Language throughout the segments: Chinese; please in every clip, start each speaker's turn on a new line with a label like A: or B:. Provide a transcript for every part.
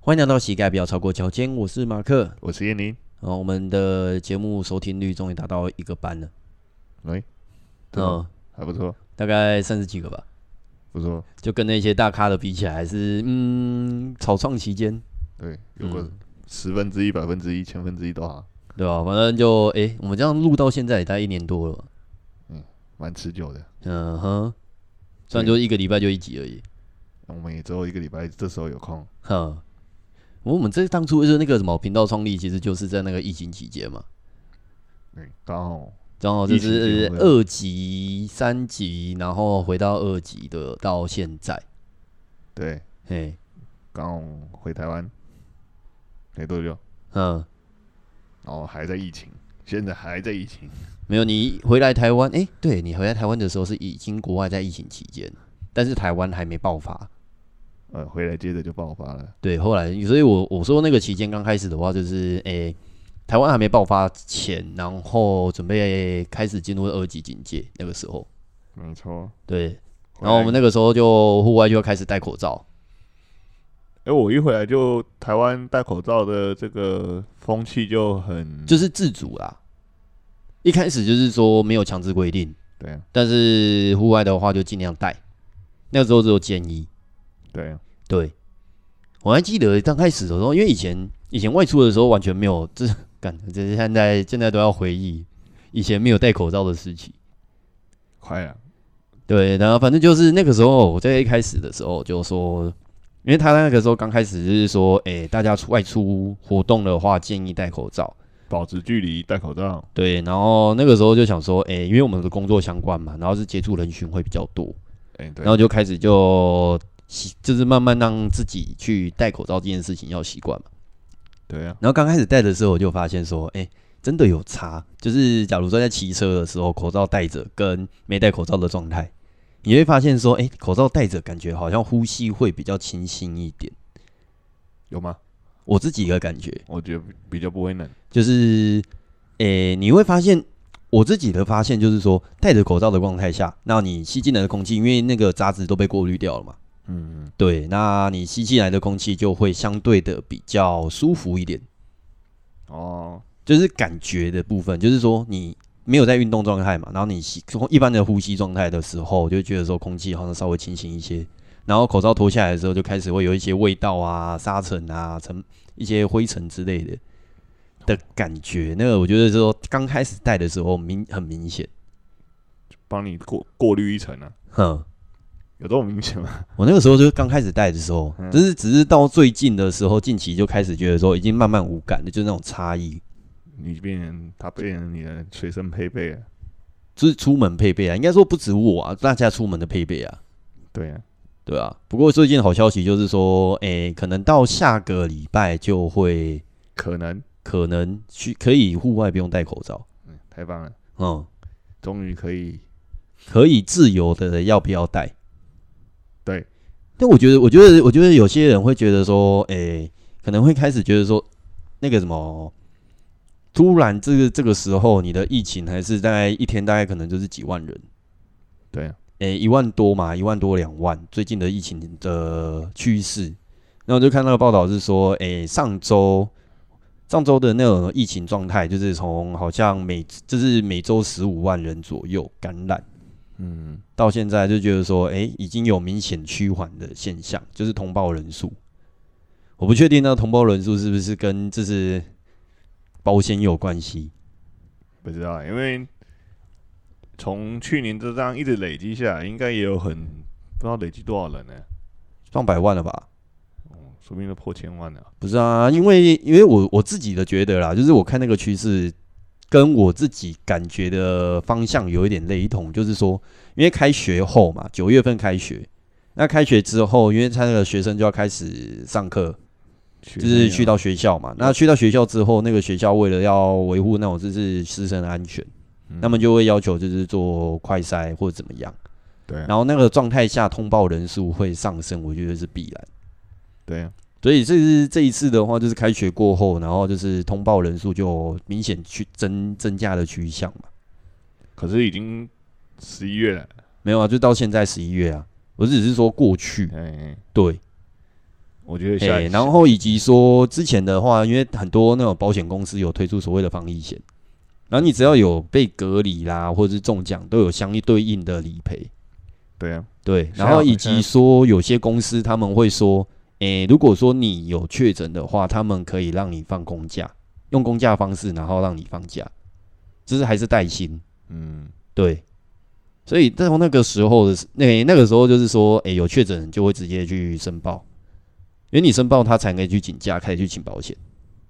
A: 欢迎来到膝盖不要超过脚尖，我是马克。
B: 我是燕妮。
A: 然后我们的节目收听率终于达到一个班了，
B: 喂，哎对啊
A: 嗯，
B: 还不错，
A: 大概三十几个吧，
B: 不错，
A: 就跟那些大咖的比起来，还是嗯草创期间，
B: 对，有个
A: 嗯
B: 十分之一、百分之一、千分之一都好，
A: 对吧、反正就诶、我们这样录到现在也大概一年多了吧，
B: 蛮持久的。
A: 嗯哼，虽然就一个礼拜就一集而已，
B: 那我们也只有一个礼拜，这时候有空，
A: 哼。我们这当初就是那个什么频道创立，其实就是在那个疫情期间嘛，
B: 对，刚好
A: 然后就
B: 疫情期
A: 是
B: 间会有
A: 二级、三级，然后回到二级的到现在，
B: 对，
A: 嘿，
B: 刚好回台湾没多久，
A: 嗯，
B: 然后还在疫情，现在还在疫情，
A: 没有，你回来台湾，哎、对你回来台湾的时候是已经国外在疫情期间，但是台湾还没爆发。
B: 呃，回来接着就爆发了。
A: 对，后来，所以我我说那个期间刚开始的话，就是哎、诶台湾还没爆发前，然后准备开始进入二级警戒那个时候，
B: 没错，
A: 对，
B: 回
A: 然后我们那
B: 来，
A: 个时候就户外就要开始戴口罩，
B: 哎，我一回来就台湾戴口罩的这个风气就很，
A: 就是自主啦。一开始就是说没有强制规定，
B: 对啊
A: 但是户外的话就尽量戴，那个时候只有建议。
B: 对啊，
A: 对，我还记得刚开始的时候，因为以前以前外出的时候完全没有，这 干，这是现在现在都要回忆以前没有戴口罩的事情。
B: 快啊了，
A: 对，然后反正就是那个时候，我在一开始的时候就说，因为他那个时候刚开始就是说，诶、大家出外出活动的话，建议戴口罩。
B: 保持距离，戴口罩，
A: 对，然后那个时候就想说，诶、因为我们的工作相关嘛，然后是接触人群会比较多，
B: 哎，对
A: 然，后就开始就习，就是慢慢让自己去戴口罩这件事情要习惯嘛。
B: 对啊，
A: 然后刚开始戴的时候，我就发现说，哎、真的有差。就是假如说在骑车的时候，口罩戴着跟没戴口罩的状态，你会发现说，哎、口罩戴着感觉好像呼吸会比较清新一点。
B: 有吗？
A: 我自己一个感觉
B: 我觉得比较不会冷。
A: 就是，哎、你会发现。我自己的发现就是说，戴着口罩的状态下，那你吸进来的空气，因为那个杂质都被过滤掉了嘛，
B: 嗯，
A: 对，那你吸进来的空气就会相对的比较舒服一点。
B: 哦，
A: 就是感觉的部分，就是说你没有在运动状态嘛，然后你吸一般的呼吸状态的时候，就会觉得说空气好像稍微清新一些，然后口罩脱下来的时候，就开始会有一些味道啊、沙尘啊、尘一些灰尘之类的的感觉。那个我觉得说刚开始戴的时候明很明显，
B: 帮你过过滤一层啊，
A: 哼。
B: 有这么明显吗？
A: 我那个时候就是刚开始戴的时候，
B: 嗯
A: 就是只是到最近的时候，近期就开始觉得说已经慢慢无感了，就是那种差异，
B: 你变成它变成你的随身配备了。
A: 就是出门配备啊，应该说不止我啊，大家出门的配备啊，
B: 对啊，
A: 对啊，不过最近好消息就是说，诶、可能到下个礼拜就会
B: 可能，
A: 可能去可以户外不用戴口罩，
B: 嗯，太棒了，
A: 嗯，
B: 终于可以，
A: 可以自由的要不要戴？
B: 对。
A: 但我觉得，我觉得，我觉得有些人会觉得说，诶、可能会开始觉得说，那个什么，突然这个这个时候，你的疫情还是大概一天大概可能就是几万人，
B: 对啊，
A: 诶、一万多嘛，一万多两万，最近的疫情的趋势。然后就看那个报道是说，诶、上周上周的那种疫情状态，就是从好像每就是每周十五万人左右感染，
B: 嗯，
A: 到现在就觉得说，诶、已经有明显趋缓的现象，就是通报人数。我不确定那个通报人数是不是跟就是保险有关系，
B: 不知道，因为从去年这张一直累积下来，应该也有很不知道累积多少人呢、
A: 上百万了吧？
B: 哦，说不定都破千万了。
A: 不是啊，因为因为我我自己的觉得啦，就是我看那个趋势，跟我自己感觉的方向有一点雷同，就是说，因为开学后嘛，九月份开学，那开学之后，因为他那个学生就要开始上课，
B: 就
A: 就是去到学校嘛。那去到学校之后，那个学校为了要维护那种就是师生的安全，
B: 嗯
A: 他们就会要求就是做快筛或者怎么样，
B: 对啊，
A: 然后那个状态下通报人数会上升，我觉得是必然。
B: 对啊，
A: 所以这是这一次的话，就是开学过后，然后就是通报人数就明显去增增加的趋向嘛。
B: 可是已经十一月了，
A: 没有啊，就到现在十一月啊，我只是说过去
B: 哎、哎
A: 对，
B: 哎我觉得下
A: 哎、
B: 一
A: 然后以及说之前的话，因为很多那种保险公司有推出所谓的防疫险，然后你只要有被隔离啦，或者是中奖，都有相对应的理赔。
B: 对啊，
A: 对，
B: 现
A: 然
B: 在
A: 后
B: 好
A: 以
B: 像
A: 及说有些公司他们会说，诶、如果说你有确诊的话，他们可以让你放公假，用公假方式，然后让你放假，就是还是带薪。
B: 嗯，
A: 对，所以到那个时候的时那、那个时候就是说，诶、有确诊就会直接去申报，因为你申报他才可以去请假，开始去请保险，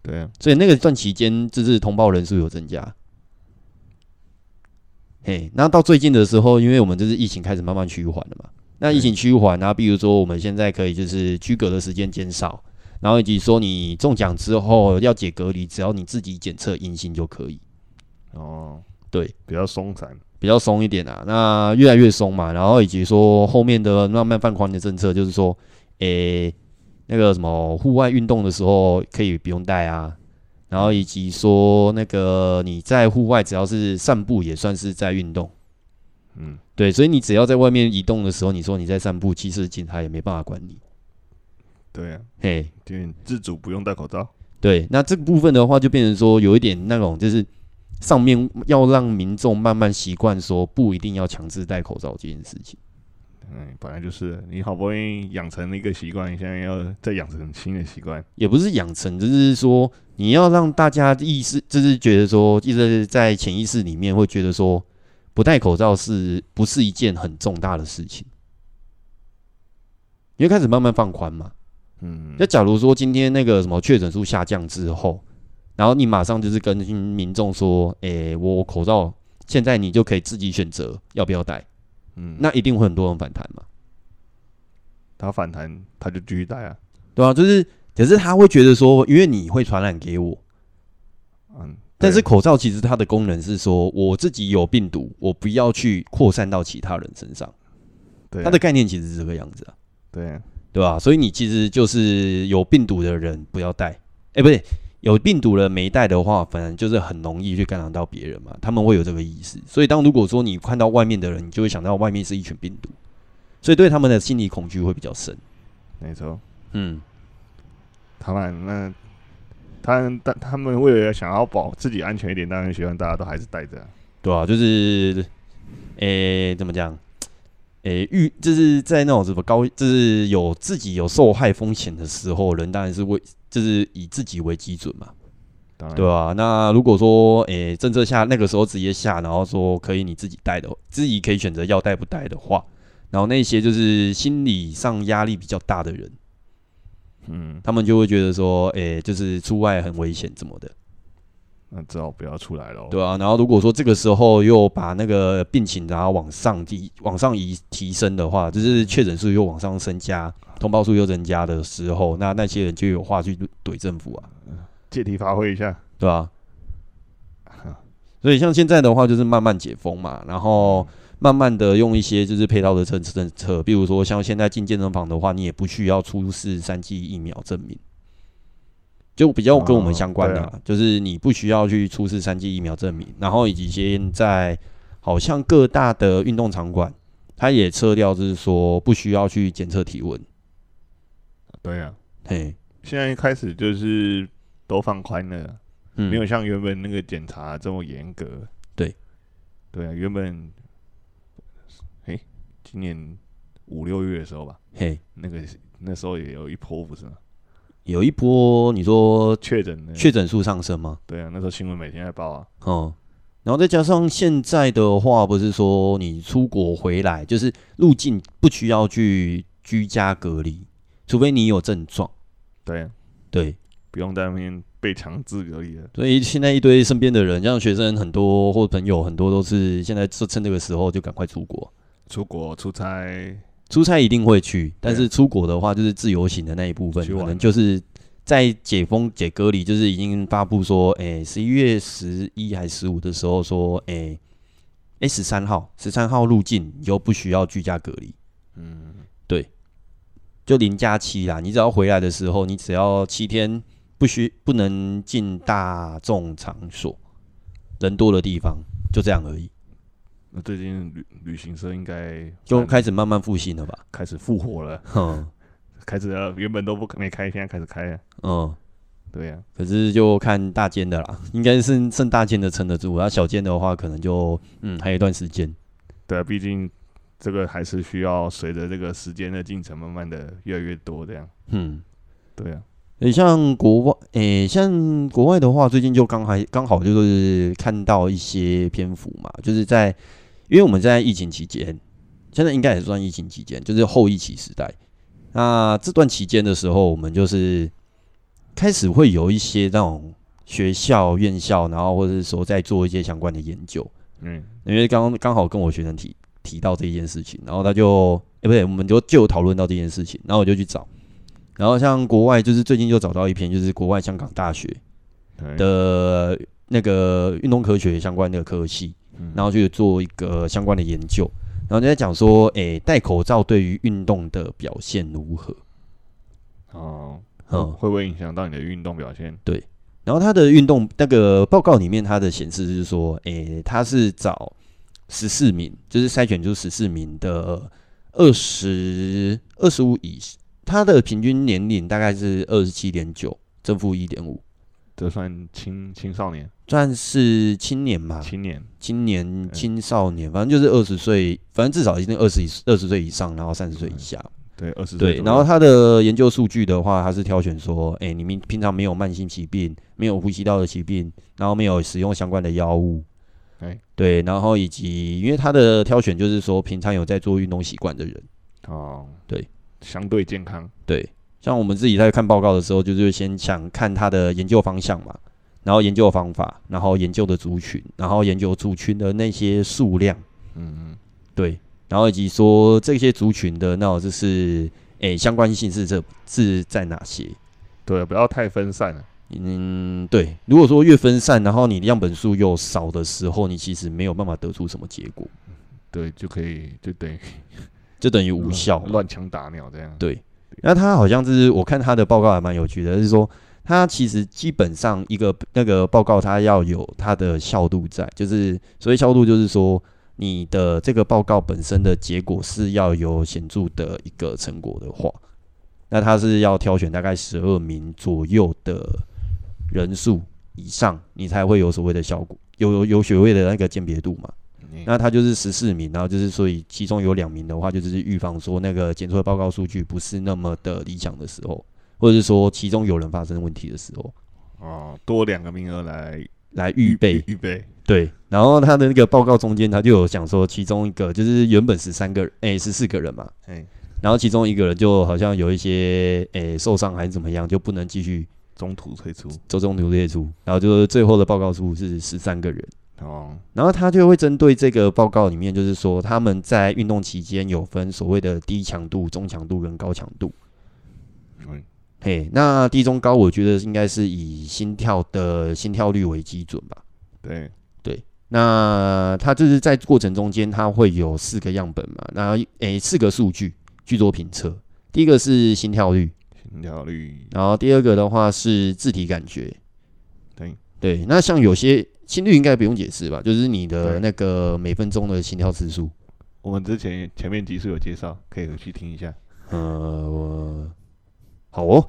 B: 对啊，
A: 所以那个段期间就是通报人数有增加。嘿，那到最近的时候，因为我们就是疫情开始慢慢趋缓了嘛，那疫情趋缓啊，比如说我们现在可以就是居隔的时间减少，然后以及说你中奖之后要解隔离，只要你自己检测阴性就可以，
B: 哦，
A: 对，
B: 比较松散，
A: 比较松一点啊。那越来越松嘛，然后以及说后面的慢慢放宽的政策，就是说，诶、那个什么户外运动的时候可以不用戴啊，然后以及说那个你在户外只要是散步也算是在运动。
B: 嗯，
A: 对，所以你只要在外面移动的时候，你说你在散步，其实警察也没办法管你。
B: 对啊，
A: 嘿，
B: 有点自主不用戴口罩，
A: 对，那这个部分的话，就变成说有一点那种，就是上面要让民众慢慢习惯，说不一定要强制戴口罩这件事情。
B: 嗯，本来就是你好不容易养成了一个习惯，现在要再养成新的习惯，
A: 也不是养成，就是说你要让大家意识，就是觉得说，一直在潜意识里面会觉得说，不戴口罩是不是一件很重大的事情？因为开始慢慢放宽嘛。
B: 嗯
A: 那，假如说今天那个什么确诊数下降之后，然后你马上就是跟民众说，诶、我我口罩现在你就可以自己选择要不要戴，
B: 嗯，
A: 那一定会很多人反弹嘛，
B: 他反弹他就继续戴啊，
A: 对啊，就是，可是他会觉得说，因为你会传染给我，
B: 嗯，
A: 但是
B: 对
A: 口罩其实它的功能是说，我自己有病毒，我不要去扩散到其他人身上，
B: 对啊
A: 它的概念其实是这个样子啊，
B: 对啊，
A: 对吧、所以你其实就是有病毒的人不要戴，哎、不对，有病毒的没戴的话，反正就是很容易去干扰到别人嘛，他们会有这个意识。所以当如果说你看到外面的人，你就会想到外面是一群病毒，所以对他们的心理恐惧会比较深。
B: 没错，
A: 嗯，
B: 当然那。他但他们为了想要保自己安全一点，当然希望大家都还是戴着、啊。
A: 对啊，就是，诶、怎么讲？诶、遇就是在那种什么高，就是有自己有受害风险的时候，人当然是为就是以自己为基准嘛。
B: 当然，
A: 对啊，那如果说诶、政策下那个时候直接下，然后说可以你自己带的，自己可以选择要带不带的话，然后那些就是心理上压力比较大的人，
B: 嗯，
A: 他们就会觉得说，诶、就是出外很危险怎么的，
B: 那只好不要出来喽。
A: 对啊。然后如果说这个时候又把那个病情然后往上提往上移提升的话，就是确诊数又往上增加，通报数又增加的时候，那那些人就有话去怼政府啊。
B: 借题发挥一下，
A: 对吧、所以像现在的话，就是慢慢解封嘛，然
B: 嗯
A: 后慢慢的用一些就是配套的政策政策，比如说像现在进健身房的话，你也不需要出示三剂疫苗证明，就比较跟我们相关的、啊
B: 哦
A: 就是你不需要去出示三剂疫苗证明，然后以及现在好像各大的运动场馆，它也撤掉，就是说不需要去检测体温，
B: 对啊，
A: 嘿，
B: 现在开始就是都放宽了，
A: 嗯，
B: 没有像原本那个检查这么严格。
A: 对，
B: 对啊，原本，哎、今年五六月的时候吧，
A: 嘿，
B: 那个那时候也有一波不是吗？
A: 有一波你说
B: 确诊的，
A: 确诊数上升吗？
B: 对啊，那时候新闻每天在报啊，
A: 哦，然后再加上现在的话，不是说你出国回来，就是入境不需要去居家隔离，除非你有症状。
B: 对啊，
A: 对，
B: 不用在那边被强制隔离了。
A: 所以现在一堆身边的人，像学生很多或朋友很多，都是现在趁趁这个时候就赶快出国。
B: 出国出差，
A: 出差一定会去，但
B: 对
A: 是出国的话，就是自由行的那一部分，
B: 去
A: 可
B: 玩
A: 能就是在解封解隔离，就是已经发布说，诶、十一月十一还十五的时候说，诶、诶，十三号，十三号入境你就不需要居家隔离，
B: 嗯，
A: 就零加七啦。你只要回来的时候，你只要七天不需不能进大众场所、人多的地方，就这样而已，
B: 那最近旅旅行社应该
A: 就开始慢慢复兴了吧？
B: 开始复活了，
A: 哼，
B: 开始了，原本都不没开，现在开始开了。
A: 嗯，
B: 对啊呀、
A: 可是就看大间的啦，应该是剩大间的撑得住，那啊小间的话可能就嗯还有一段时间。
B: 对啊，毕竟这个还是需要随着这个时间的进程，慢慢的越来越多这样。
A: 嗯，
B: 对啊，
A: 诶、像国外，诶、像国外的话，最近就刚还刚好就是看到一些篇幅嘛，就是在因为我们在疫情期间，现在应该也算疫情期间，就是后疫情时代。那这段期间的时候，我们就是开始会有一些那种学校、院校，然后或者是说在做一些相关的研究。
B: 嗯，
A: 因为刚刚好跟我学生提提到这件事情，然后他就哎、不对，我们就就有讨论到这件事情，然后我就去找，然后像国外就是最近就找到一篇，就是国外香港大学
B: 对
A: 的那个运动科学相关的科系，
B: 嗯
A: 然后去做一个相关的研究，然后就在讲说，哎、戴口罩对于运动的表现如何？
B: 哦，
A: 嗯，
B: 会不会影响到你的运动表现？
A: 然后他的运动那个报告里面，它的显示是说，诶，他是找十四名，就是筛选出十四名的二十二十五以，他的平均年龄大概是二十七点九，正负一点五，
B: 这算青青少年、
A: 算是青年嘛，
B: 青嗯年，
A: 青年青少年，反正就是二十岁，反正至少一定二十二十岁以上，然后三十岁以下。
B: 对，二嗯十岁
A: 对，
B: 左
A: 然
B: 右
A: 后他的研究数据的话，他是挑选说，哎、你们平常没有慢性疾病，没有呼吸道的疾病，然后没有使用相关的药物，
B: 哎
A: 对，然后以及因为他的挑选就是说，平常有在做运动习惯的人，
B: 哦，
A: 对，
B: 相对健康，
A: 对，像我们自己在看报告的时候，就是先想看他的研究方向嘛，然后研究方法，然后研究的族群，然后研究族群的那些数量，
B: 嗯嗯，
A: 对，然后以及说这些族群的那种就是，哎、相关性是这是在哪些？
B: 对，不要太分散了。
A: 嗯，对。如果说越分散，然后你样本数又少的时候，你其实没有办法得出什么结果，
B: 对，就可以就等于
A: 就等于无
B: 乱
A: 效嘛。
B: 嗯乱枪打鸟这样。
A: 对。那他好像就是我看他的报告还蛮有趣的，就是说他其实基本上一个那个报告，它要有它的效度在，就是所谓效度，就是说你的这个报告本身的结果是要有显著的一个成果的话，那他是要挑选大概十二名左右的人数以上，你才会有所谓的效果，有有有学位的那个鉴别度嘛。
B: 嗯
A: 那他就是十四名，然后就是所以其中有两名的话，就只是预防说那个检测报告数据不是那么的理想的时候，或者是说其中有人发生问题的时候
B: 哦，多两个名额来
A: 来预备。
B: 预备。
A: 对，然后他的那个报告中间他就有讲说，其中一个就是原本十三个，哎，十四个人嘛，
B: 哎，
A: 然后其中一个人就好像有一些哎受伤还是怎么样，就不能继续
B: 中途退出
A: 周中途列出，然后就是最后的报告数是十三个人。
B: 哦，
A: 然后他就会针对这个报告里面，就是说他们在运动期间有分所谓的低强度、中强度跟高强度。
B: 嗯
A: 嘿，那低中高，我觉得应该是以心跳的心跳率为基准吧。
B: 对，
A: 那他就是在过程中间，他会有四个样本嘛，然后诶四个数据去做评测。第一个是心跳率，
B: 心跳率
A: 然后第二个的话是肢体感觉，
B: 对
A: 对。那像有些心率应该不用解释吧，就是你的
B: 对
A: 那个每分钟的心跳次数。
B: 我们之前前面集数有介绍，可以回去听一下。
A: 呃，我好哦。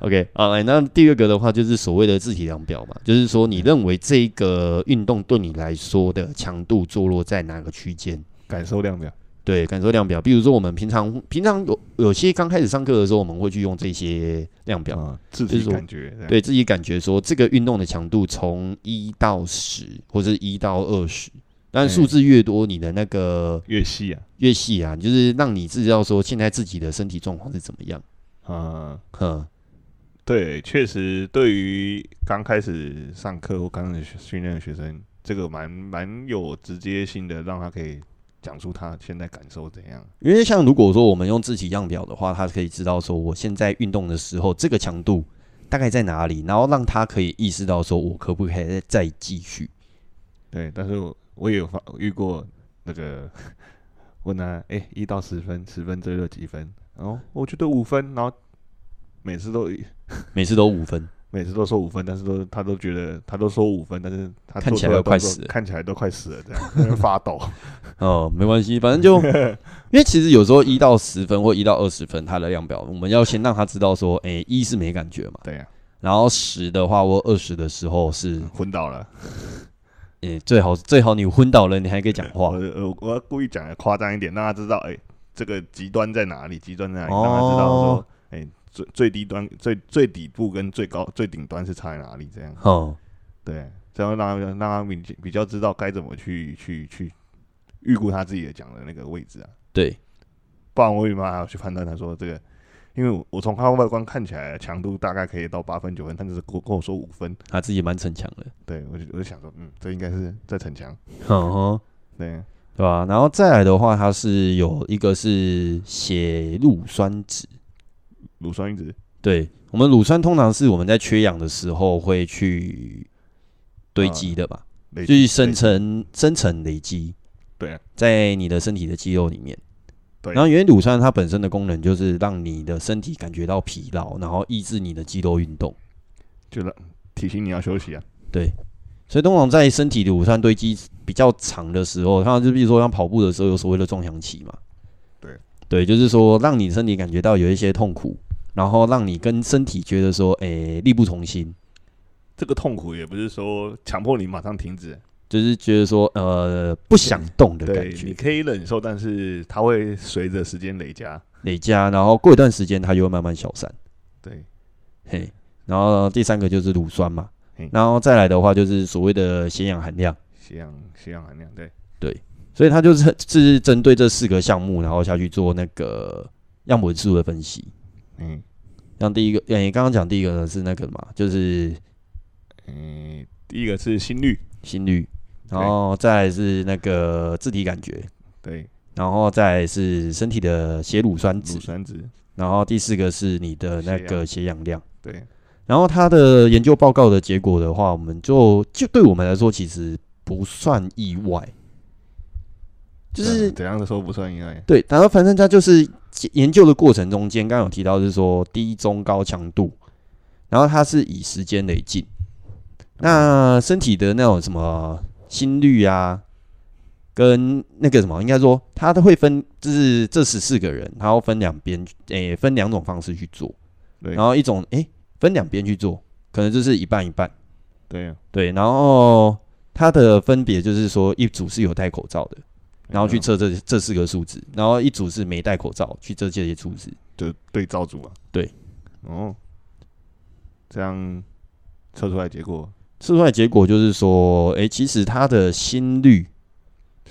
A: OK，好、来，那第二个的话就是所谓的字体量表嘛，就是说你认为这个运动对你来说的强度坐落在哪个区间？
B: 感受量表，
A: 对，感受量表，比如说我们平常平常有有些刚开始上课的时候，我们会去用这些量表，
B: 啊，自
A: 就是
B: 己
A: 说
B: 感觉，这样，
A: 对自己感觉说这个运动的强度从一到十，或者一到二十，但数
B: 嗯
A: 字越多，你的那个
B: 越细啊，
A: 越细啊，就是让你知道说现在自己的身体状况是怎么样。
B: 啊，
A: 哼，
B: 对，确实对于刚开始上课或刚开始训练的学生，这个蛮蛮有直接性的，让他可以讲出他现在感受怎样。
A: 因为像如果说我们用自己样表的话，他可以知道说我现在运动的时候这个强度大概在哪里，然后让他可以意识到说我可不可以再再继续。
B: 对，但是我我也有发遇过那个问他，哎、一到十分，十分哦最多几分？然后我觉得五分，然后每次都
A: 每次都五分，
B: 每次都说五分，但是都他都觉得他都说五分，但是他
A: 看
B: 做
A: 起
B: 出
A: 来都
B: 的
A: 快
B: 动作
A: 死了
B: 看起来都快死了，这样在那边发抖。
A: 哦，没关系，反正就因为其实有时候一到十分或一到二十分，它的量表我们要先让他知道说，诶、一是没感觉嘛，
B: 对呀、啊
A: 然后十的话或二十的时候是，
B: 昏倒了。
A: 诶、最好最好你昏倒了，你还可以讲话
B: 我。呃我我要故意讲的夸张一点，让他知道，哎、这个极端在哪里？极端在哪里？让他知道
A: 哦
B: 说，哎、最最低端、最最底部跟最高、最顶端是差在哪里？这样
A: 哦，
B: 对，这样让他让他比比较知道该怎么去去去预估他自己的讲的那个位置啊。
A: 对，
B: 不然我为什么还要去判断他说这个？因为我我从他外观看起来强度大概可以到八分九分，但是跟我跟我说五分，
A: 他自己蛮逞强的，
B: 对我就我就想说，嗯，这应该是在逞强，
A: 哼哼，
B: 对，
A: 对吧、然后再来的话，它是有一个是血乳酸值，
B: 乳酸一直
A: 对我们乳酸通常是我们在缺氧的时候会去堆
B: 啊
A: 积的吧，
B: 累
A: 就
B: 积
A: 是生
B: 累积
A: 成生成累积。
B: 对啊
A: 在你的身体的肌肉里面。
B: 对
A: 然后因为乳酸它本身的功能就是让你的身体感觉到疲劳，然后抑制你的肌肉运动。
B: 就让提醒你要休息啊，
A: 所以通常在身体的乳酸堆积比较长的时候，它就比如说像跑步的时候有所谓的撞墙期嘛。
B: 对，
A: 对，就是说让你身体感觉到有一些痛苦，然后让你跟身体觉得说，诶、力不从心，
B: 这个痛苦也不是说强迫你马上停止，
A: 就是觉得说，呃，不想动的感
B: 对，你
A: 觉
B: 可以忍受，但是它会随着时间累加，
A: 累加，然后过一段时间它就会慢慢消散。
B: 对，
A: 嘿，然后第三个就是乳酸嘛
B: 嘿，
A: 然后再来的话就是所谓的血氧含量，
B: 血氧血氧含量，对，
A: 所以它就是是针对这四个项目，然后下去做那个样本数的分析。
B: 嗯
A: 像第一个，诶、刚刚讲第一个呢是那个嘛，就是
B: 嗯，第一个是心率，
A: 心率，然后再来是那个自体感觉，
B: 对，
A: 然后再来是身体的血乳酸值
B: 乳，酸值，
A: 然后第四个是你的那个血氧量。
B: 对，
A: 然后它的研究报告的结果的话，我们就就对我们来说其实不算意外，就是
B: 呃怎样的说不算意外，
A: 对，然后反正它就是研究的过程中间，刚刚有提到是说低、中、高强度，然后它是以时间累进，那身体的那种什么心率啊，跟那个什么，应该说它都会分，就是这十四个人，然后分两边，诶、分两种方式去做，
B: 对
A: 然后一种诶、分两边去做，可能就是一半一半，
B: 对啊，
A: 对，然后它的分别就是说，一组是有戴口罩的，然后去
B: 嗯
A: 测这这四个数值，然后一组是没戴口罩去测这些数值，
B: 就对照组啊，
A: 对，
B: 哦，这样测出来结果
A: 测出来结果就是说，诶，其实他的心率、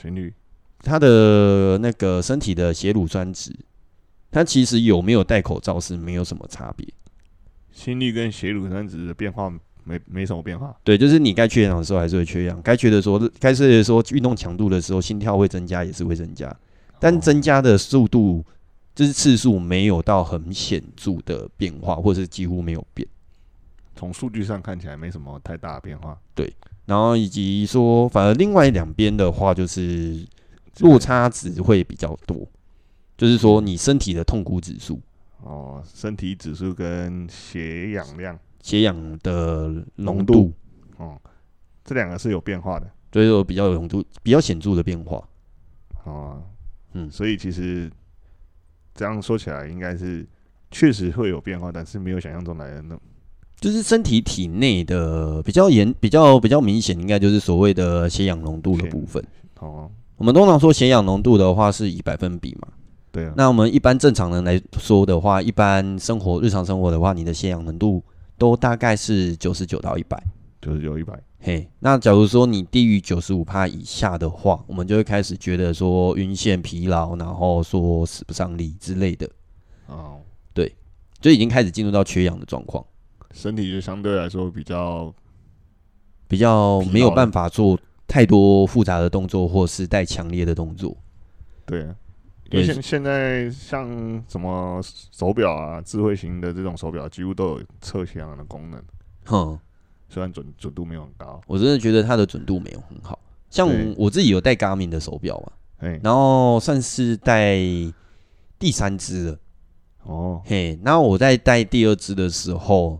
B: 旋律
A: 他的那个身体的血乳酸值，它其实有没有戴口罩是没有什么差别。
B: 心率跟血乳酸值的变化没没什么变化，
A: 对，就是你该缺氧的时候还是会缺氧，该缺的时候，该缺的时候运动强度的时候，心跳会增加也是会增加，但
B: 哦
A: 增加的速度就是次数没有到很显著的变化，或是几乎没有变。
B: 从数据上看起来没什么太大的变化，
A: 然后以及说，反而另外两边的话，就是
B: 啊
A: 落差值会比较多，就是说你身体的痛苦指数、
B: 哦，身体指数跟血氧量
A: 血氧的浓
B: 浓
A: 度
B: 度，哦，这两个是有变化的
A: 所以说比较有浓度、比较显著的变化。
B: 哦，
A: 嗯
B: 所以其实这样说起来，应该是确实会有变化，但是没有想象中来的那
A: 就是身体体内的比较严、比较比较明显，应该就是所谓的血氧浓度的
B: 血
A: 部分。
B: 哦，
A: 我们通常说血氧浓度的话是以百分比嘛，
B: 对啊，
A: 那我们一般正常人来说的话，一般生活日常生活的话，你的血氧浓度都大概是九十九到一百。
B: 就是有一百，
A: 嘿，那假如说你低于九十五帕以下的话，我们就会开始觉得说晕眩、疲劳，然后说使不上力之类的，
B: 哦，
A: 就已经开始进入到缺氧的状况，
B: 身体就相对来说比较
A: 比较
B: 疲劳
A: 没有
B: 了
A: 办法做太多复杂的动作或是带强烈的动作。
B: 对啊。因
A: 对
B: 为现现在像什么手表啊，智慧型的这种手表，几乎都有测血氧的功能，
A: 哼，
B: 虽然准准度没有很高，
A: 我真的觉得它的准度没有很好。像
B: 对
A: 我自己有戴 Garmin 的手表嘛，
B: 哎，
A: 然后算是戴第三只了。
B: 哦，
A: 嘿，那我在戴第二只的时候，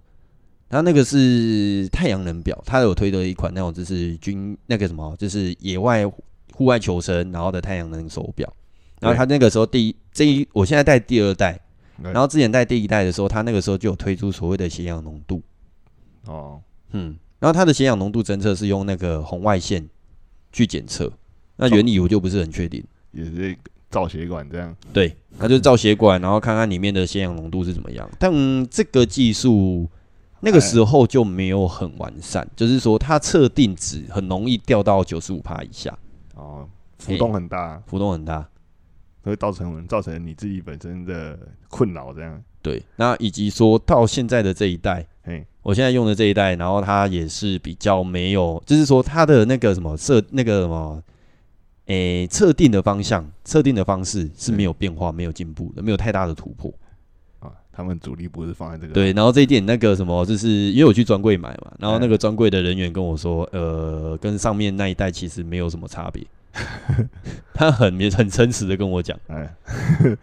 A: 然后那个是太阳能表，它有推的一款那种就是军那个什么，就是野外户外求生然后的太阳能手表。然后它那个时候第一这一，我现在戴第二代，
B: 对
A: 然后之前戴第一代的时候，它那个时候就有推出所谓的血氧浓度，
B: 哦，
A: 嗯，然后它的血氧浓度侦测是用那个红外线去检测，那原理我就不是很确定。
B: 也是造血管这样，
A: 对，它就是照血管，然后看看里面的血氧浓度是怎么样。但、嗯这个技术那个时候就没有很完善，就是说它测定值很容易掉到九十五帕以下，
B: 哦，浮动很大，
A: 浮动很大。
B: 会造成造成你自己本身的困扰这样。
A: 对，那以及说到现在的这一代，
B: 嘿，
A: 我现在用的这一代，然后它也是比较没有，就是说它的那个什么设那个什么，诶、测定的方向、测定的方式是没有变化、没有进步的，没有太大的突破。
B: 啊，他们主力不是放在这个，，
A: 对，然后这一点那个什么，就是因为我去专柜买嘛，然后那个专柜的人员跟我说，呃，跟上面那一代其实没有什么差别。 他很明很诚实的跟我讲，
B: 哎，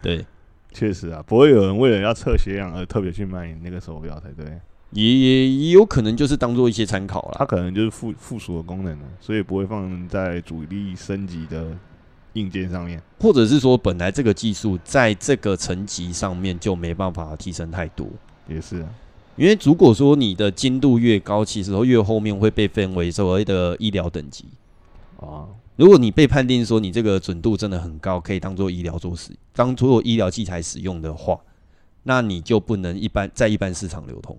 A: 对，
B: 确实啊，不会有人为了要测血氧而特别去买你那个手表才对，
A: 也也也有可能就是当做一些参考
B: 它
A: 啦。
B: 可能就是附附属的功能了，所以不会放在主力升级的硬件上面。
A: 或者是说本来这个技术在这个层级上面就没办法提升太多，
B: 也是啊，
A: 因为如果说你的精度越高，其实越后面会被分为所谓的医疗等级。
B: 哦，
A: 如果你被判定说你这个准度真的很高，可以当做医疗做使，当做医疗器材使用的话，那你就不能一般在一般市场流通，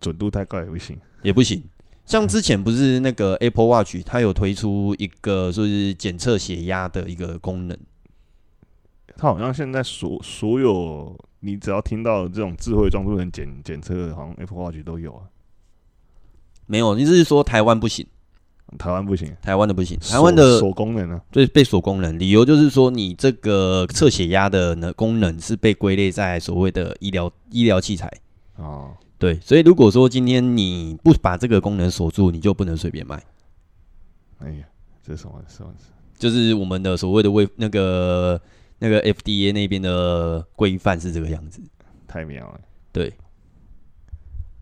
B: 准度太高也不行。
A: 也不行。像之前不是那个 Apple Watch，它有推出一个就是检测血压的一个功能，
B: 它好像现在所所有你只要听到这种智慧装置能检检测的，好像 Apple Watch 都有啊。
A: 没有，你是说台湾不行，
B: 台湾不行，
A: 台湾的不行，台湾的
B: 手手功能呢、啊
A: 对被锁功能，理由就是说你这个测血压的呢功能是被归类在所谓的医疗医疗器材。
B: 啊？哦，
A: 对，所以如果说今天你不把这个功能锁住，你就不能随便卖。
B: 哎呀，这什么什么？
A: 就是我们的所谓的卫那个那个 FDA 那边的规范是这个样子。
B: 太妙了。
A: 对，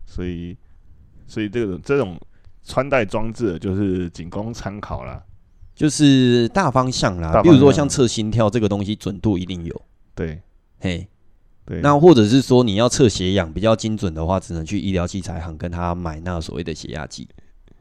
B: 所以所以这种这种穿戴装置就是仅供参考啦。
A: 就是大方向啦，
B: 大方
A: 比
B: 向
A: 如说像测心跳这个东西，准度一定有。
B: 对
A: 嘿，
B: 对，
A: 那或者是说你要测血氧比较精准的话，只能去医疗器材行跟他买那所谓的血压计、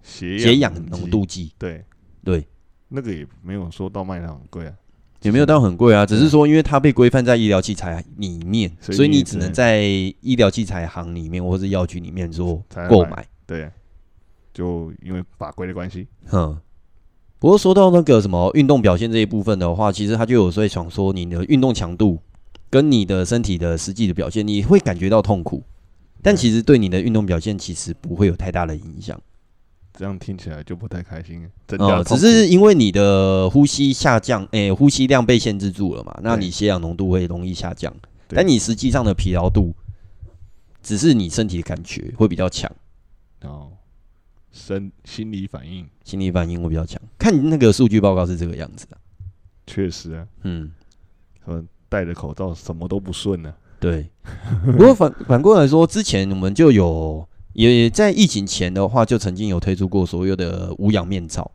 B: 血
A: 血氧
B: 氧
A: 浓
B: 计
A: 度计。
B: 对
A: 对，
B: 那个也没有说到卖的很贵啊。
A: 也没有到很贵啊，只是说因为它被规范在医疗器材里面，
B: 所以
A: 所以
B: 你
A: 你
B: 只
A: 只能
B: 能
A: 在医疗器材行里面或是药局里面做
B: 才能
A: 购
B: 买
A: 买。
B: 对，就因为法规的关系，
A: 嗯，不过说到那个什么运动表现这一部分的话，其实他就有在想说，你的运动强度跟你的身体的实际的表现，你会感觉到痛苦，但
B: 对
A: 其实对你的运动表现其实不会有太大的影响。
B: 这样听起来就不太开心，增加
A: 哦，
B: 痛
A: 只
B: 苦
A: 是因为你的呼吸下降，诶、呼吸量被限制住了嘛，那
B: 对
A: 你血氧浓度会容易下降，
B: 对
A: 但你实际上的疲劳度，只是你身体的感觉会比较强，
B: 然后身心理反应
A: 心理反应会比较强。看你那个数据报告是这个样子的，啊
B: 确实啊，
A: 嗯。
B: 说戴着口罩什么都不顺啊呢、
A: 对， 不过反反过来说，之前我们就有也在疫情前的话，就曾经有推出过所有的无氧面罩。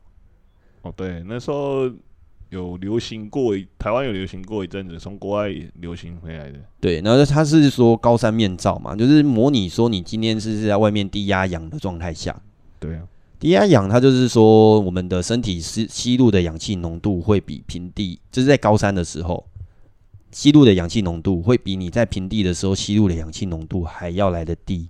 B: 哦，对，那时候有流行过一，台湾有流行过一阵子，从国外流行回来的。
A: 对，然后它是说高山面罩嘛，就是模拟说你今天是在外面低压氧的状态下，
B: 对啊，
A: 低压氧它就是说我们的身体吸吸入的氧气浓度会比平地，就是在高山的时候吸入的氧气浓度会比你在平地的时候吸入的氧气浓度还要来的低。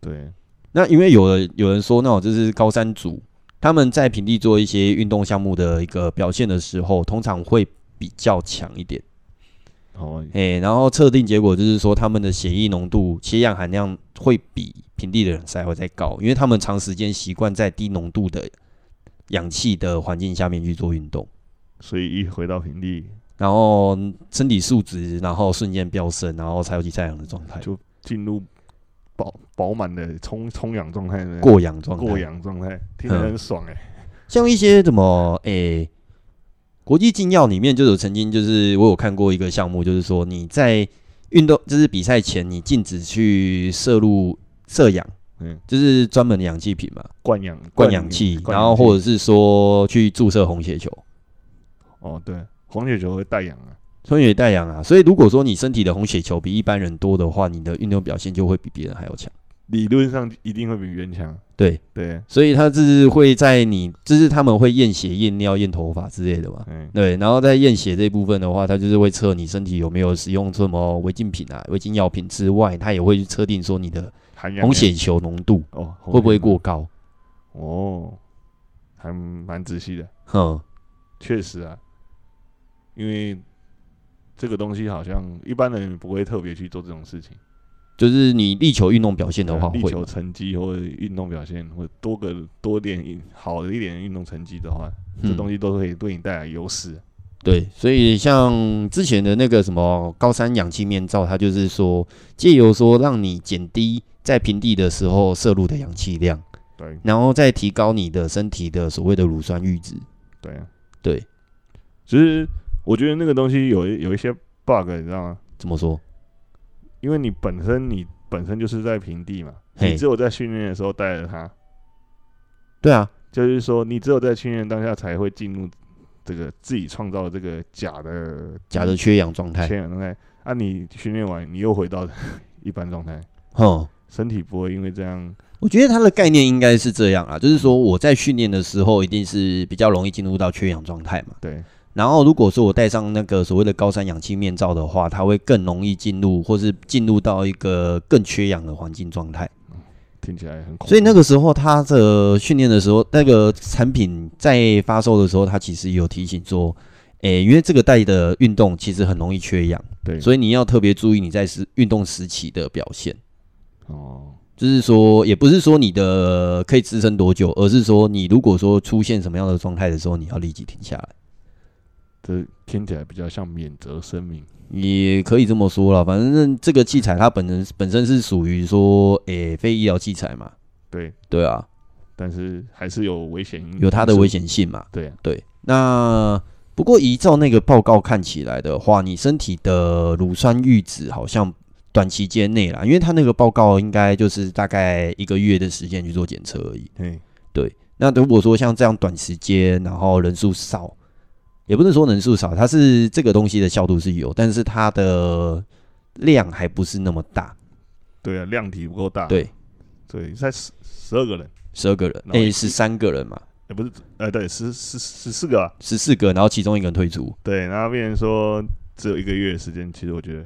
B: 对，
A: 那因为有人有人说那种就是高山族，他们在平地做一些运动项目的一个表现的时候，通常会比较强一点。
B: 哦，
A: 诶、然后测定结果就是说他们的血液浓度、血氧含量会比平地的人还会再高，因为他们长时间习惯在低浓度的氧气的环境下面去做运动，
B: 所以一回到平地
A: 然后身体素质然后瞬间飙升，然后才有起太阳的状态，
B: 就进入饱饱满的充充氧状态呢，
A: 过氧状态。
B: 过氧状态，听着
A: 嗯
B: 很爽哎、
A: 像一些什么诶、国际竞药里面就有曾经就是我有看过一个项目，就是说你在运动就是比赛前，你禁止去摄入摄氧，
B: 嗯，
A: 就是专门的氧气瓶嘛，
B: 灌氧
A: 灌氧气，
B: 灌
A: 然后或者是说去注射红血球，
B: 哦，对，红血球会带氧啊，
A: 所以也带氧啊。所以如果说你身体的红血球比一般人多的话，你的运动表现就会比别人还要强。
B: 理论上一定会比原强。
A: 对，
B: 对，
A: 所以他这是会在你，这是他们会验血、验尿、验头发之类的嘛。
B: 嗯，
A: 对，然后在验血这部分的话，它就是会测你身体有没有使用什么违禁品啊、违禁药品之外，它也会去测定说你的
B: 含氧
A: 红血球浓度
B: 量哦
A: 会不会？
B: 红
A: 过高。
B: 血量哦，还蛮仔细的，
A: 哼，
B: 确实啊，因为这个东西好像一般人不会特别去做这种事情。呃
A: 就是你力求运动表现的话，
B: 力
A: 会
B: 求
A: 嘛
B: 成绩或者运动表现，或者多个多点运好一点的运动成绩的话，这
A: 嗯
B: 东西都可以对你带来优势。啊
A: 对，所以像之前的那个什么高山氧气面罩，它就是说借由说让你减低在平地的时候摄入的氧气量，
B: 对
A: 然后再提高你的身体的所谓的乳酸阈值。
B: 对啊
A: 对，
B: 其实我觉得那个东西有一有一些 bug，你知道吗？
A: 怎么说？
B: 因为你本身你本身就是在平地嘛，
A: 嘿
B: 你只有在训练的时候带着它，
A: 对啊，
B: 就是说你只有在训练当下才会进入这个自己创造的这个假的
A: 假的缺氧状态。
B: 缺氧状态。啊，你训练完你又回到 一般状态，
A: 哼，
B: 身体不会因为这样
A: 我觉得它的概念应该是这样啊，就是说我在训练的时候一定是比较容易进入到缺氧状态嘛。
B: 对
A: 然后如果说我戴上那个所谓的高山氧气面罩的话，它会更容易进入或是进入到一个更缺氧的环境状态。
B: 听起来很恐怖。
A: 所以那个时候，它的训练的时候，那个产品在发售的时候，它其实也有提醒说，诶、因为这个带的运动其实很容易缺氧，
B: 对，
A: 所以你要特别注意你在时运动时期的表现。
B: 哦，
A: 就是说，也不是说你的可以支撑多久，而是说你如果说出现什么样的状态的时候，你要立即停下来，
B: 这听起来比较像免责声明。
A: 也可以这么说啦，反正这个器材它本身本身是属于说，诶、非医疗器材嘛，
B: 对，
A: 对啊，
B: 但是还是有危险因，
A: 有它的危
B: 险。
A: 险性嘛，
B: 对啊，
A: 对，那不过依照那个报告看起来的话，你身体的乳酸阈值好像短期间内啦，因为他那个报告应该就是大概一个月的时间去做检测而已。
B: 嘿，
A: 那如果说像这样短时间，然后人数少，也不是说人数少，它是这个东西的效度是有，但是它的量还不是那么大。
B: 对啊，量体不够大。
A: 对，
B: 对，才十十二个人，
A: 十二个人，
B: 然后
A: 诶，
B: 一
A: 十三个人嘛，
B: 哎，不是，呃，对，十十十四个啊。
A: 十四个，然后其中一个人退出。
B: 对，然后变成说只有一个月的时间，其实我觉得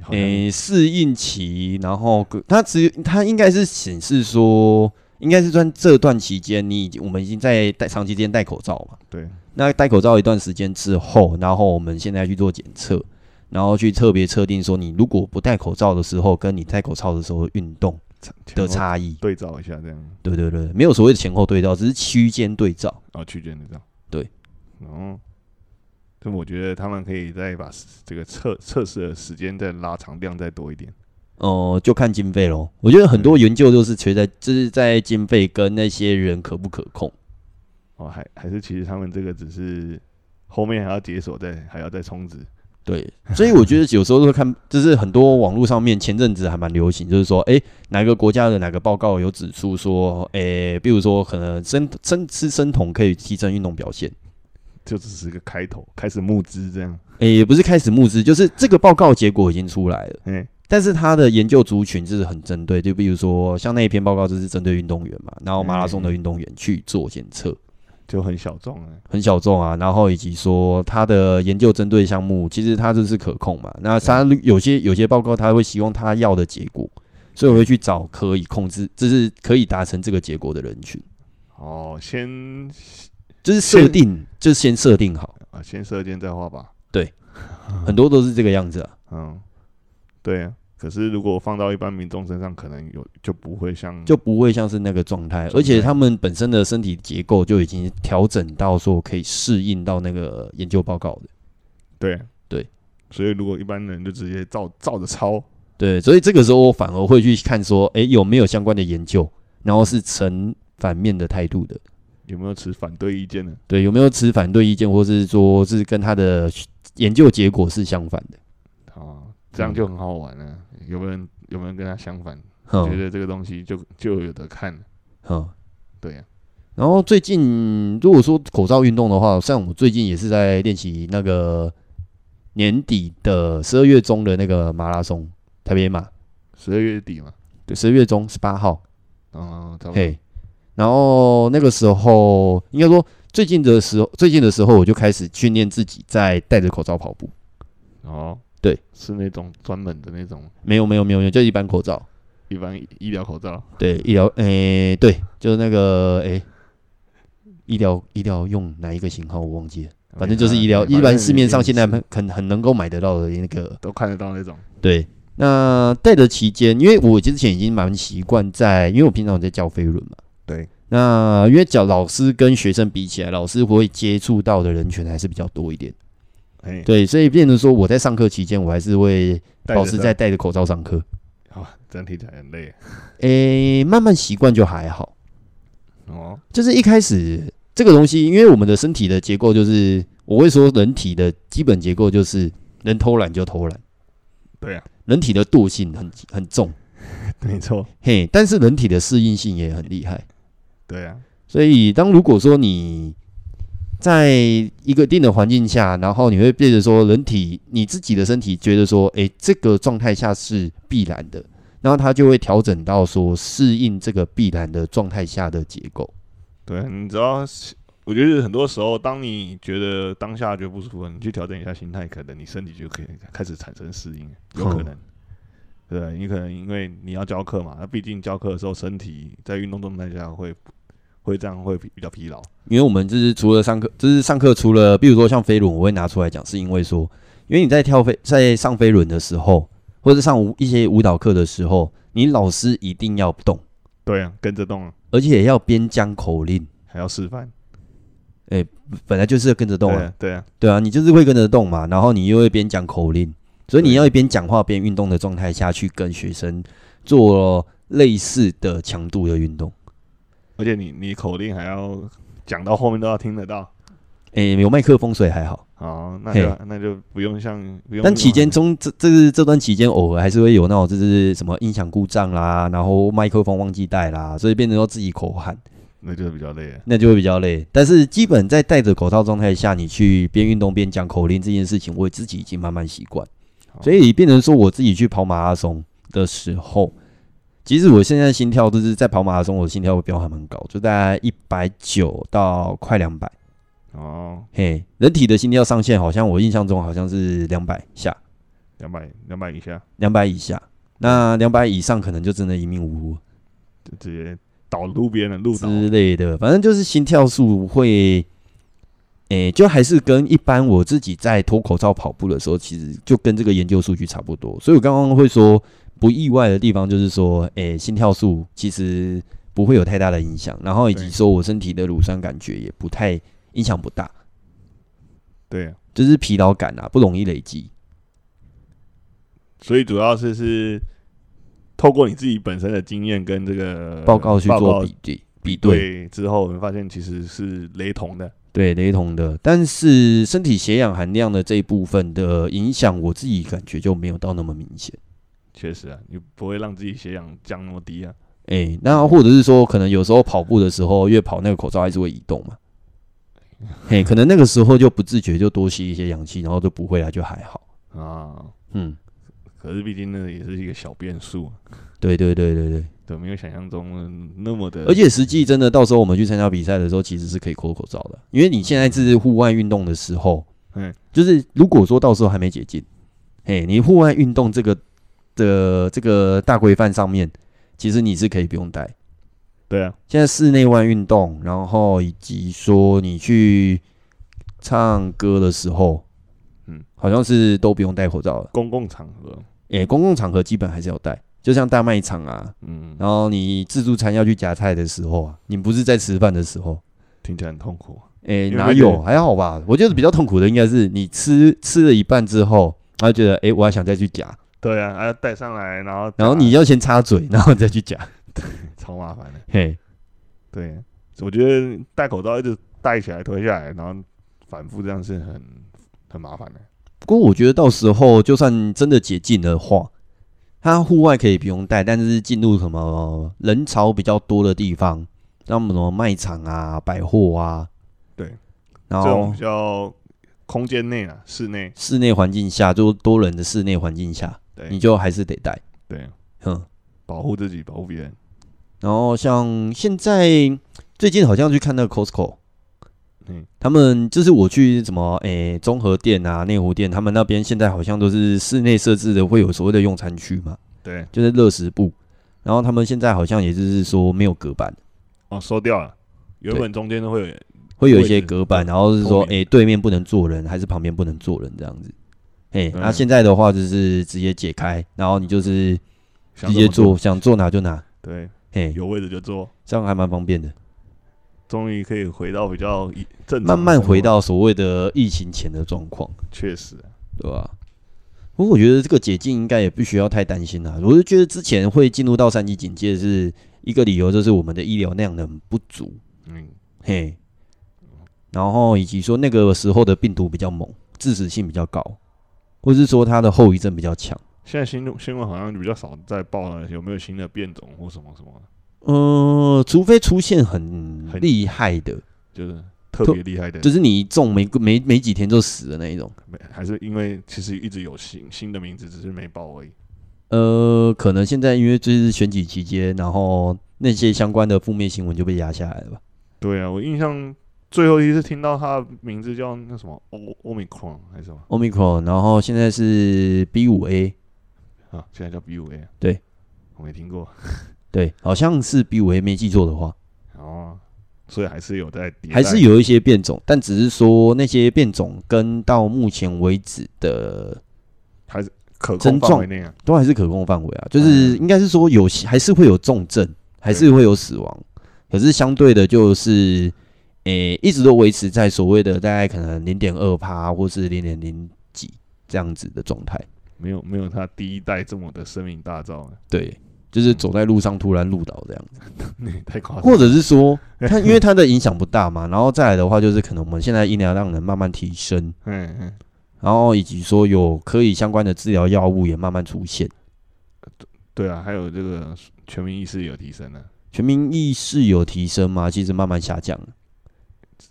B: 好像，
A: 诶、适应期，然后个它只它应该是显示说，应该是算这段期间，你已经我们已经在戴长期间戴口罩嘛。
B: 对，
A: 那戴口罩一段时间之后，然后我们现在去做检测，然后去特别测定说，你如果不戴口罩的时候，跟你戴口罩的时候运动
B: 前
A: 的
B: 后
A: 差异。
B: 对照一下这样，
A: 对对对，没有所谓的前后对照，只是区间对照。
B: 哦，区间对照。
A: 对，
B: 然后。就哦我觉得他们可以再把这个测测试的时间再拉长，量再多一点。
A: 哦、就看经费咯。我觉得很多研究就是觉得，就是在经费跟那些人可不可控。
B: 哦，还还是其实他们这个只是后面还要解锁再还要再充值。
A: 对，所以我觉得有时候都会看，就是很多网络上面前阵子还蛮流行，就是说，诶，哪个国家的哪个报告有指出说，诶，比如说可能生生吃生酮可以提升运动表现，
B: 就只是个开头，开始募资这样。
A: 诶，也不是开始募资，就是这个报告结果已经出来了，
B: 哎、
A: 但是它的研究族群就是很针对，就比如说像那一篇报告就是针对运动员嘛，然后马拉松的运动员去做检测，
B: 就很小众啊。
A: 很小众啊，然后以及说它的研究针对项目，其实它就是可控嘛。那它有些有些报告，它会希望它要的结果，所以我会去找可以控制，就是可以达成这个结果的人群，
B: 哦，先
A: 就是设定，就是先设定好，
B: 啊，先射箭再画吧。
A: 很多都是这个样子啊。
B: 嗯，对啊。可是如果放到一般民众身上，可能有就不会像
A: 就不会像是那个嗯状态，
B: 态
A: 而且他们本身的身体结构就已经调整到说可以适应到那个研究报告的。
B: 对啊
A: 对。
B: 所以如果一般人就直接照照着抄，
A: 对，所以这个时候我反而会去看说，诶，有没有相关的研究，然后是呈反面的态度的。
B: 有没有持反对意见呢？
A: 对，有没有持反对意见，或是说是跟他的研究结果是相反的？
B: 哦啊，这样就很好玩了、有没有人有没有人跟他相反？我觉
A: 哼
B: 得这个东西就就有的看了，
A: 哼。
B: 对啊呀、
A: 嗯然后最近如果说口罩运动的话，像我最近也是在练习那个年底的十二月中的那个马拉松，台北马，
B: 十二月底嘛，
A: 对，十二月中十八号，
B: 哦，差不多，
A: 嘿。然后那个时候应该说最近的时候，最近的时候我就开始训练自己在戴着口罩跑步，
B: 哦，
A: 对，
B: 是那种专门的那种
A: 没有没有没有没有，就一般口罩，
B: 一般医疗口罩，
A: 对，医疗，诶、对，就是那个，诶、医疗医疗用哪一个型号我忘记了，反正
B: 哎
A: 就是医疗，一般市面上现在很很很能够买得到的那个。
B: 都看得到那种，
A: 对，那戴的期间，因为我之前已经蛮习惯在，因为我平常有在教飞轮嘛，
B: 对，
A: 那因为讲老师跟学生比起来，老师会接触到的人群还是比较多一点，
B: 哎，
A: 对，所以变成说我在上课期间，我还是会
B: 戴着
A: 保持在戴着口罩上课，
B: 的，哦，这样听起来很累
A: 诶、慢慢习惯就还好。
B: 哦，
A: 就是一开始这个东西，因为我们的身体的结构就是，我会说人体的基本结构就是能偷懒就偷懒，
B: 对 啊，
A: 人体的惰性很很重，
B: 没错，
A: 嘿，但是人体的适应性也很厉害。
B: 对啊，
A: 所以当如果说你在一个定的环境下，然后你会变得说人体你自己的身体觉得说，诶、这个状态下是必然的，然后它就会调整到说适应这个必然的状态下的结构。
B: 对啊，你只要是。我觉得很多时候，当你觉得当下觉得不舒服，你去调整一下心态，可能你身体就可以开始产生适应，有可
A: 哼
B: 能。对，你可能因为你要教课嘛，那毕竟教课的时候，身体在运动状态下会会这样会比比较疲劳。
A: 因为我们就是除了上课，就是上课除了比如说像飞轮，我会拿出来讲，是因为说，因为你在跳飞在上飞轮的时候，或者上舞一些舞蹈课的时候，你老师一定要动，
B: 对啊，跟着动啊，
A: 而且要边讲口令，
B: 还要示范。
A: 本来就是要跟着动
B: 对
A: 啊，
B: 啊，对啊，
A: 对啊，你就是会跟着动嘛，然后你又会边讲口令，所以你
B: 对
A: 要一边讲话边运动的状态下去跟学生做类似的强度的运动。
B: 而且你你口令还要讲到后面都要听得到。
A: 诶、有麦克风所以还好，
B: 哦，那
A: 嘿
B: 就那就不用像不用那种。
A: 但期间中这这是这段期间，偶尔还是会有那种就是什么音响故障啦，然后麦克风忘记带啦，所以变成说自己口喊，
B: 那就比较累了。
A: 那就会比较累。但是基本在戴着口罩状态下，你去边运动边讲口令这件事情，我自己已经慢慢习惯，
B: 好
A: 所以变成说我自己去跑马拉松的时候，其实我现在心跳就是在跑马拉松，我的心跳会飙还蛮高，就大概一百九到快两百。
B: 哦，
A: 嘿，人体的心跳上限好像我印象中好像是两百下。
B: 两百两百以下
A: 两百以下，那两百以上可能就真的一命呜呼
B: 就直接倒路边的路倒。
A: 之类的，反正就是心跳数会，诶、就还是跟一般我自己在脱口罩跑步的时候，其实就跟这个研究数据差不多。所以我刚刚会说不意外的地方就是说，诶、心跳数其实不会有太大的影响，然后以及
B: 对
A: 说我身体的乳酸感觉也不太影响不大，
B: 对啊，
A: 就是疲劳感啊不容易累积。
B: 所以主要是是透过你自己本身的经验跟这个
A: 报告去
B: 报
A: 做
B: 告
A: 比对比对，
B: 对之后，我们发现其实是雷同的。
A: 对，雷同的，但是身体血氧含量的这一部分的影响，我自己感觉就没有到那么明显。
B: 确实啊，你不会让自己血氧降那么低啊。
A: 哎、那或者是说，可能有时候跑步的时候，越跑那个口罩还是会移动嘛。嘿，可能那个时候就不自觉就多吸一些氧气，然后就不会了，就还好。
B: 啊，
A: 嗯，
B: 可是毕竟那也是一个小变数啊，
A: 对对对对对，
B: 对，没有想象中那么的。
A: 而且实际真的到时候我们去参加比赛的时候，其实是可以脱口罩的，因为你现在是户外运动的时候，
B: 嗯，
A: 就是如果说到时候还没解禁，嘿，你户外运动这个的这个大规范上面，其实你是可以不用戴。
B: 对啊，
A: 现在室内外运动，然后以及说你去唱歌的时候，
B: 嗯，
A: 好像是都不用戴口罩了。
B: 公共场合，
A: 诶、公共场合基本还是要戴，就像大卖场啊，
B: 嗯，
A: 然后你自助餐要去夹菜的时候啊，你不是在吃饭的时候。
B: 听起来很痛苦。
A: 诶、
B: 因为
A: 哪
B: 那
A: 有
B: 个
A: 还好吧？我觉得比较痛苦的应该是你吃吃了一半之后，然后觉得诶、我还想再去夹，
B: 对啊，啊，带上来，然后
A: 然后你
B: 打
A: 要先插嘴，然后再去夹。
B: 超麻烦的。
A: 嘿，
B: 对啊，我觉得戴口罩一直戴起来、脱下来，然后反复这样是很很麻烦的。
A: 不过我觉得到时候就算真的解禁的话，它户外可以不用戴，但是进入什么人潮比较多的地方，像什么卖场啊、百货啊，
B: 对，
A: 然
B: 这种
A: 后
B: 比较空间内啊，室内，
A: 室内环境下，就多人的室内环境下，你
B: 对
A: 就还是得戴，
B: 对，
A: 嗯。
B: 保护自己，保护别人，
A: 然后像现在最近好像去看那个 Costco，
B: 嗯，
A: 他们就是我去什么诶综合店啊、内湖店，他们那边现在好像都是室内设置的，会有所谓的用餐区嘛，
B: 对，
A: 就是热食部。然后他们现在好像也就是说没有隔板，
B: 哦，收掉了，原
A: 对
B: 本中间都会有，
A: 会有一
B: 位
A: 些
B: 置
A: 隔板，然后是说
B: 后
A: 诶对面不能坐人，还是旁边不能坐人这样子。诶，那、
B: 嗯
A: 现在的话就是直接解开，然后你就是
B: 想
A: 直接
B: 怎么
A: 坐，想坐哪就哪，
B: 对，
A: 诶，
B: 有位置就坐，
A: 这样还蛮方便的。
B: 终于可以回到比较一正常的
A: 慢慢
B: 生活
A: 回，到所谓的疫情前的状况。
B: 确实，
A: 对吧、不过我觉得这个解禁应该也不需要太担心啦。我就觉得之前会进入到三级警戒是一个理由，就是我们的医疗量能不足，
B: 嗯，
A: 嘿，然后以及说那个时候的病毒比较猛，致死性比较高，或是说它的后遗症比较强。
B: 现在新闻新闻好像比较少在报了，有没有新的变种或什么什么，
A: 呃，除非出现很
B: 很
A: 厉害的，
B: 就是特
A: 特
B: 别厉害的，
A: 就是你一中没没没几天就死的那一种。
B: 没还是因为其实一直有新新的名字，只是没报而已。
A: 呃，可能现在因为就是选举期间，然后那些相关的负面新闻就被压下来了吧。
B: 对啊，我印象最后一次听到他名字叫那什么欧欧米克还是什么
A: Omicron，然后现在是 B 五 A，
B: 啊？现在叫 BUA。
A: 对，
B: 我没听过。
A: 对，好像是 B 五 A，没记错的话，
B: 哦，所以还是有在迭代，
A: 还是有一些变种，但只是说那些变种跟到目前为止的
B: 可控
A: 症
B: 范
A: 状
B: 围内啊。
A: 都还是可控范围啊，就是
B: 嗯
A: 应该是说有些还是会有重症，还是会有死亡，可是相对的就是。诶、一直都维持在所谓的大概可能零点二趴或是零点零几这样子的状态。
B: 没有没有他第一代这么的声名大啊噪 了，
A: 对，就是走在路上突然路倒这样子，
B: 那也太夸张
A: 或
B: 了。
A: 者是说它因为它的影响不大嘛，然后再来的话就是可能我们现在医疗量能慢慢提升，
B: 嗯嗯，
A: 然后以及说有可以相关的治疗药物也慢慢出现，
B: 对啊，还有这个全民意识也有提升啊了，
A: 全民意识有提升吗？其实慢慢下降了，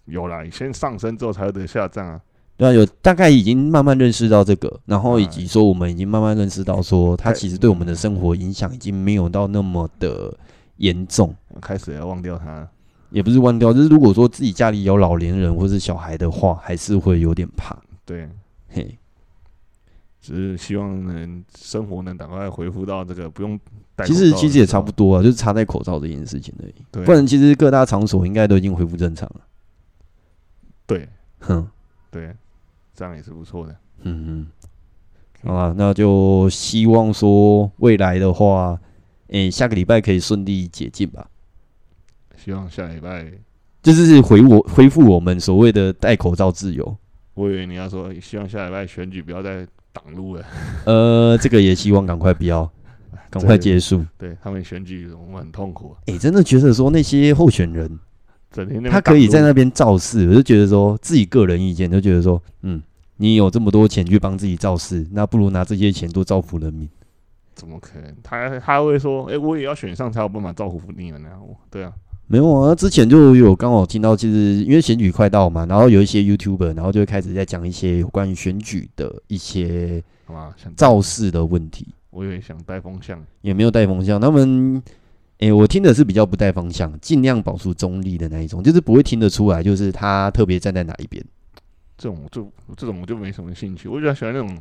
B: 有啦，先上升之后才会得下降啊。
A: 对啊，有大概已经慢慢认识到这个，然
B: 啊
A: 后以及说我们已经慢慢认识到说它
B: 哎
A: 其实对我们的生活影响已经没有到那么的严重。
B: 开始要忘掉它，
A: 也不是忘掉，就是如果说自己家里有老年人或是小孩的话，还是会有点怕。
B: 对，
A: 嘿，
B: 只是希望能生活能赶快恢复到这个不用戴口罩的
A: 其
B: 时候。
A: 实其实也差不多啊，就是插在口罩这件事情而已。
B: 对，
A: 不然其实各大场所应该都已经恢复正常了。
B: 对
A: 哼，
B: 对，这样也是不错的。
A: 嗯嗯，好啦，那就希望说未来的话，诶、下个礼拜可以顺利解禁吧。
B: 希望下礼拜，
A: 就是回我恢复我们所谓的戴口罩自由，
B: 我以为你要说哎希望下礼拜选举不要再挡路了，
A: 呃，这个也希望赶快不要，赶快结束。
B: 对他们选举我们很痛苦，
A: 诶、真的觉得说那些候选人，
B: 整天那边
A: 他可以在
B: 挡路
A: 那边造势，我就觉得说自己个人意见，就觉得说，嗯，你有这么多钱去帮自己造势，那不如拿这些钱多造福人民。
B: 怎么可能？他他会说，哎、我也要选上才有办法造福你们啊！我对啊，
A: 没有啊，之前就有刚好听到，其实因为选举快到嘛，然后有一些 YouTuber，然后就会开始在讲一些有关于选举的一些
B: 好吧，想
A: 造势的问题，
B: 我以为想带风向，
A: 也没有带风向。他们，诶、我听的是比较不带方向，尽量保持中立的那一种，就是不会听得出来，就是他特别站在哪一边。
B: 这种我就这种我就没什么兴趣，我比较喜欢那种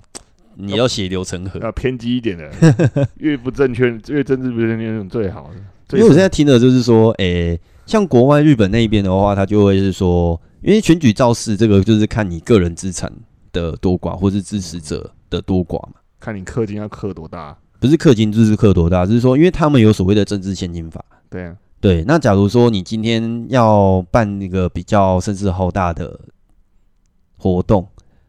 A: 你要血流成河
B: 要偏激一点的， 越不正确越政治不正确那种最好的。
A: 因为我现在听的就是说，诶、像国外日本那一边的话，他就会是说，因为选举造势这个就是看你个人资产的多寡，或是支持者的多寡嘛，
B: 看你氪金要氪多大，
A: 不是氪金就是氪多大，只是说，因为他们有所谓的政治现金法。
B: 对啊，
A: 对，那假如说你今天要办一个比较声势浩大的活动，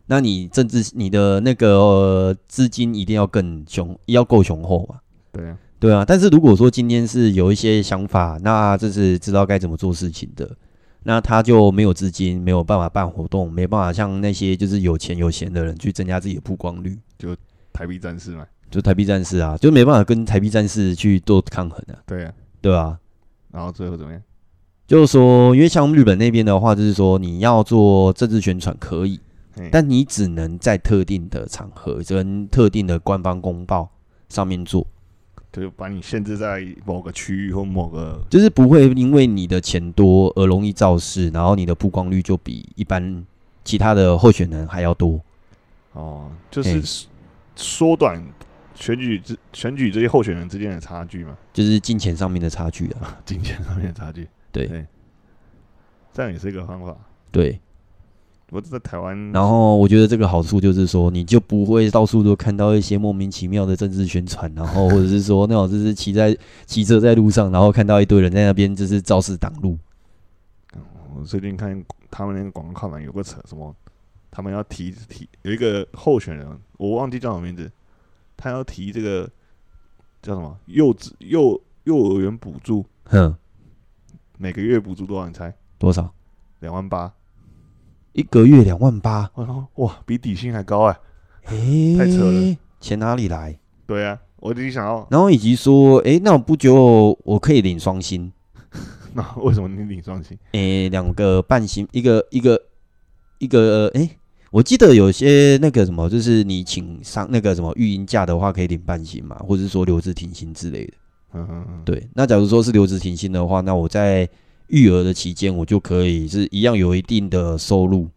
A: 那你政治你的那个呃资金一定要更雄，要够雄厚嘛。
B: 对啊，
A: 对啊，但是如果说今天是有一些想法，那这是知道该怎么做事情的，那他就没有资金，没有办法办活动，没办法像那些就是有钱有闲的人去增加自己的曝光率。
B: 台币战士嘛，
A: 就台币战士啊，就没办法跟台币战士去做抗衡啊，
B: 对啊，
A: 对吧、啊？
B: 然后最后怎么样？
A: 就是说，因为像日本那边的话，就是说你要做政治宣传可以，
B: 嘿
A: 但你只能在特定的场合跟特定的官方公报上面做，
B: 就是把你限制在某个区域或某个
A: 就是不会因为你的钱多而容易造势，然后你的曝光率就比一般其他的候选人还要多。
B: 哦，就是
A: 哎
B: 缩短选举之选举这些候选人之间的差距嘛，
A: 就是金钱上面的差距啊，
B: 金钱上面的差距。
A: 对
B: 这样也是一个方法。
A: 对。
B: 我在台湾，
A: 然后我觉得这个好处就是说，你就不会到处都看到一些莫名其妙的政治宣传，然后或者是说那种就是骑在骑车在路上，然后看到一堆人在那边就是肇事挡路。
B: 我最近看他们那个广告看板有个扯什么，他们要提提有一个候选人，我忘记叫什么名字，他要提这个叫什么幼稚幼幼儿园补助，
A: 哼，
B: 每个月补助多少？你猜？
A: 多少？
B: 两万八。
A: 一个月两万八，
B: 我说哇，比底薪还高哎、
A: 诶，
B: 太扯了，
A: 钱哪里来？
B: 对啊，我已经想要，
A: 然后以及说，诶，那我不就我可以领双薪，
B: 那为什么你领双薪？
A: 诶，两个半薪，一个一个一个，诶，我记得有些那个什么，就是你请上那个什么育婴假的话，可以领半薪嘛，或者是说留职停薪之类的。
B: 嗯嗯嗯，
A: 对，那假如说是留职停薪的话，那我在育儿的期间，我就可以是一样有一定的收入，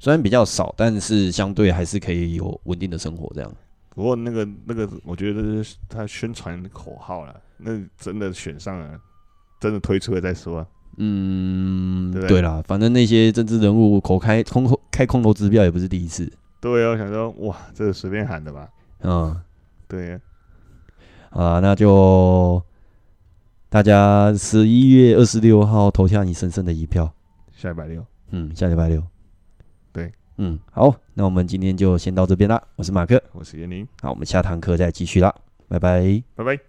A: 虽然比较少，但是相对还是可以有稳定的生活。这样，
B: 不过那个那个，我觉得这是他宣传口号了。那真的选上了，真的推出了再说啊。
A: 嗯，
B: 对
A: 对啦，反正那些政治人物口开空口开空头支票也不是第一次，
B: 对啊，我想说，哇，这个随便喊的吧？
A: 嗯，
B: 对啊，
A: 啊，那就大家十一月二十六号投下你神圣的一票，
B: 下一百六，
A: 嗯，下礼拜六，
B: 对，
A: 嗯，好，那我们今天就先到这边啦，我是马克，
B: 我是严宁，
A: 好，我们下堂课再继续啦，拜拜。
B: 拜拜。